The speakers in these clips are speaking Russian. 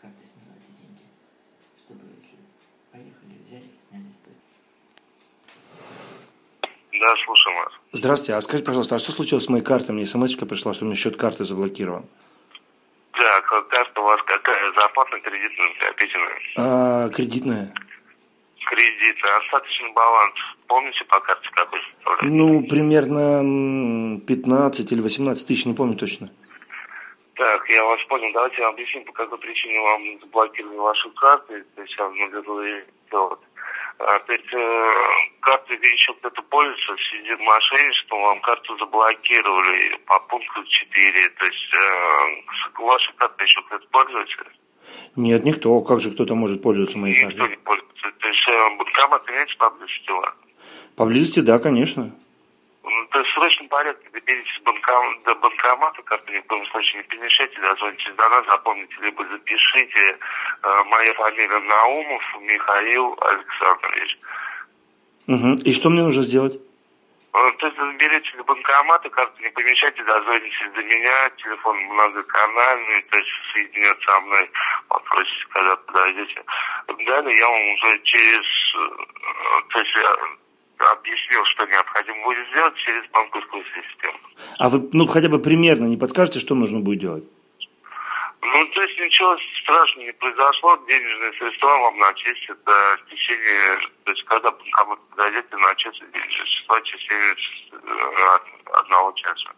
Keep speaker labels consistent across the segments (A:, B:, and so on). A: карты сняла эти деньги. Чтобы если поехали, взяли, сняли стоит.
B: Да, слушаю, Мэр.
C: Здравствуйте, а скажите, пожалуйста, а что случилось с моей картой? Мне смс пришла, что у меня счет карты заблокирован.
B: Так, а карта у вас какая? Зарплатная, кредитная, приобретенная?
C: А, кредитная?
B: Кредит, а остаточный баланс. Помните по карте какой составляет?
C: Ну, примерно м, 15 или 18 тысяч, не помню точно.
B: Так, я вас понял. Давайте я вам объясню, по какой причине вам заблокировали вашу карту. Это Сейчас нагляду и делать. А, То есть э, карты где еще кто-то пользуется, сидит мошенничеством, вам карту заблокировали по пункту 4. То есть э, ваша карта еще кто-то пользуется?
C: Нет, никто. Как же кто-то может пользоваться моей
B: Никто
C: картой?
B: не пользуется. То есть э, банкомат имеется поблизости у вас?
C: Поблизости, да, конечно.
B: Ну, то есть в срочном порядке доберитесь банком- до банкомата, карту ни в коем случае не перемешайте, дозвонитесь до нас, запомните, либо запишите. Э, моя фамилия Наумов Михаил Александрович.
C: Мгм. И что мне нужно сделать?
B: Э, То есть доберитесь до банкомата, карту не помещайте, дозвонитесь до меня, телефон многоканальный, то есть соединят со мной, попросите, когда подойдете. Далее я вам уже через, э, то есть я объяснил, что необходимо будет сделать через банковскую систему.
C: А вы, ну, хотя бы примерно не подскажете, что нужно будет делать?
B: Ну, то есть ничего страшного не произошло, денежные средства вам начислят э, в течение, то есть когда банкомат подойдете, начислят денежные средства в течение э, од- одного часа.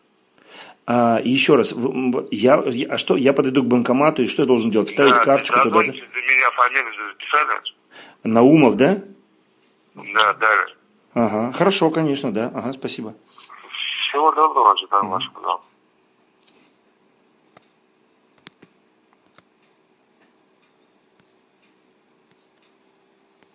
C: А, еще раз, вы- м, я, я- а что, я подойду к банкомату, и что я должен делать? Вставить
B: Да,
C: карточку туда? да?
B: дозвонитесь до меня, фамилию записали?
C: Наумов, да?
B: Да, да.
C: Ага, хорошо, конечно, да. Ага, спасибо.
B: Всего доброго, ожидаю вашего звонка.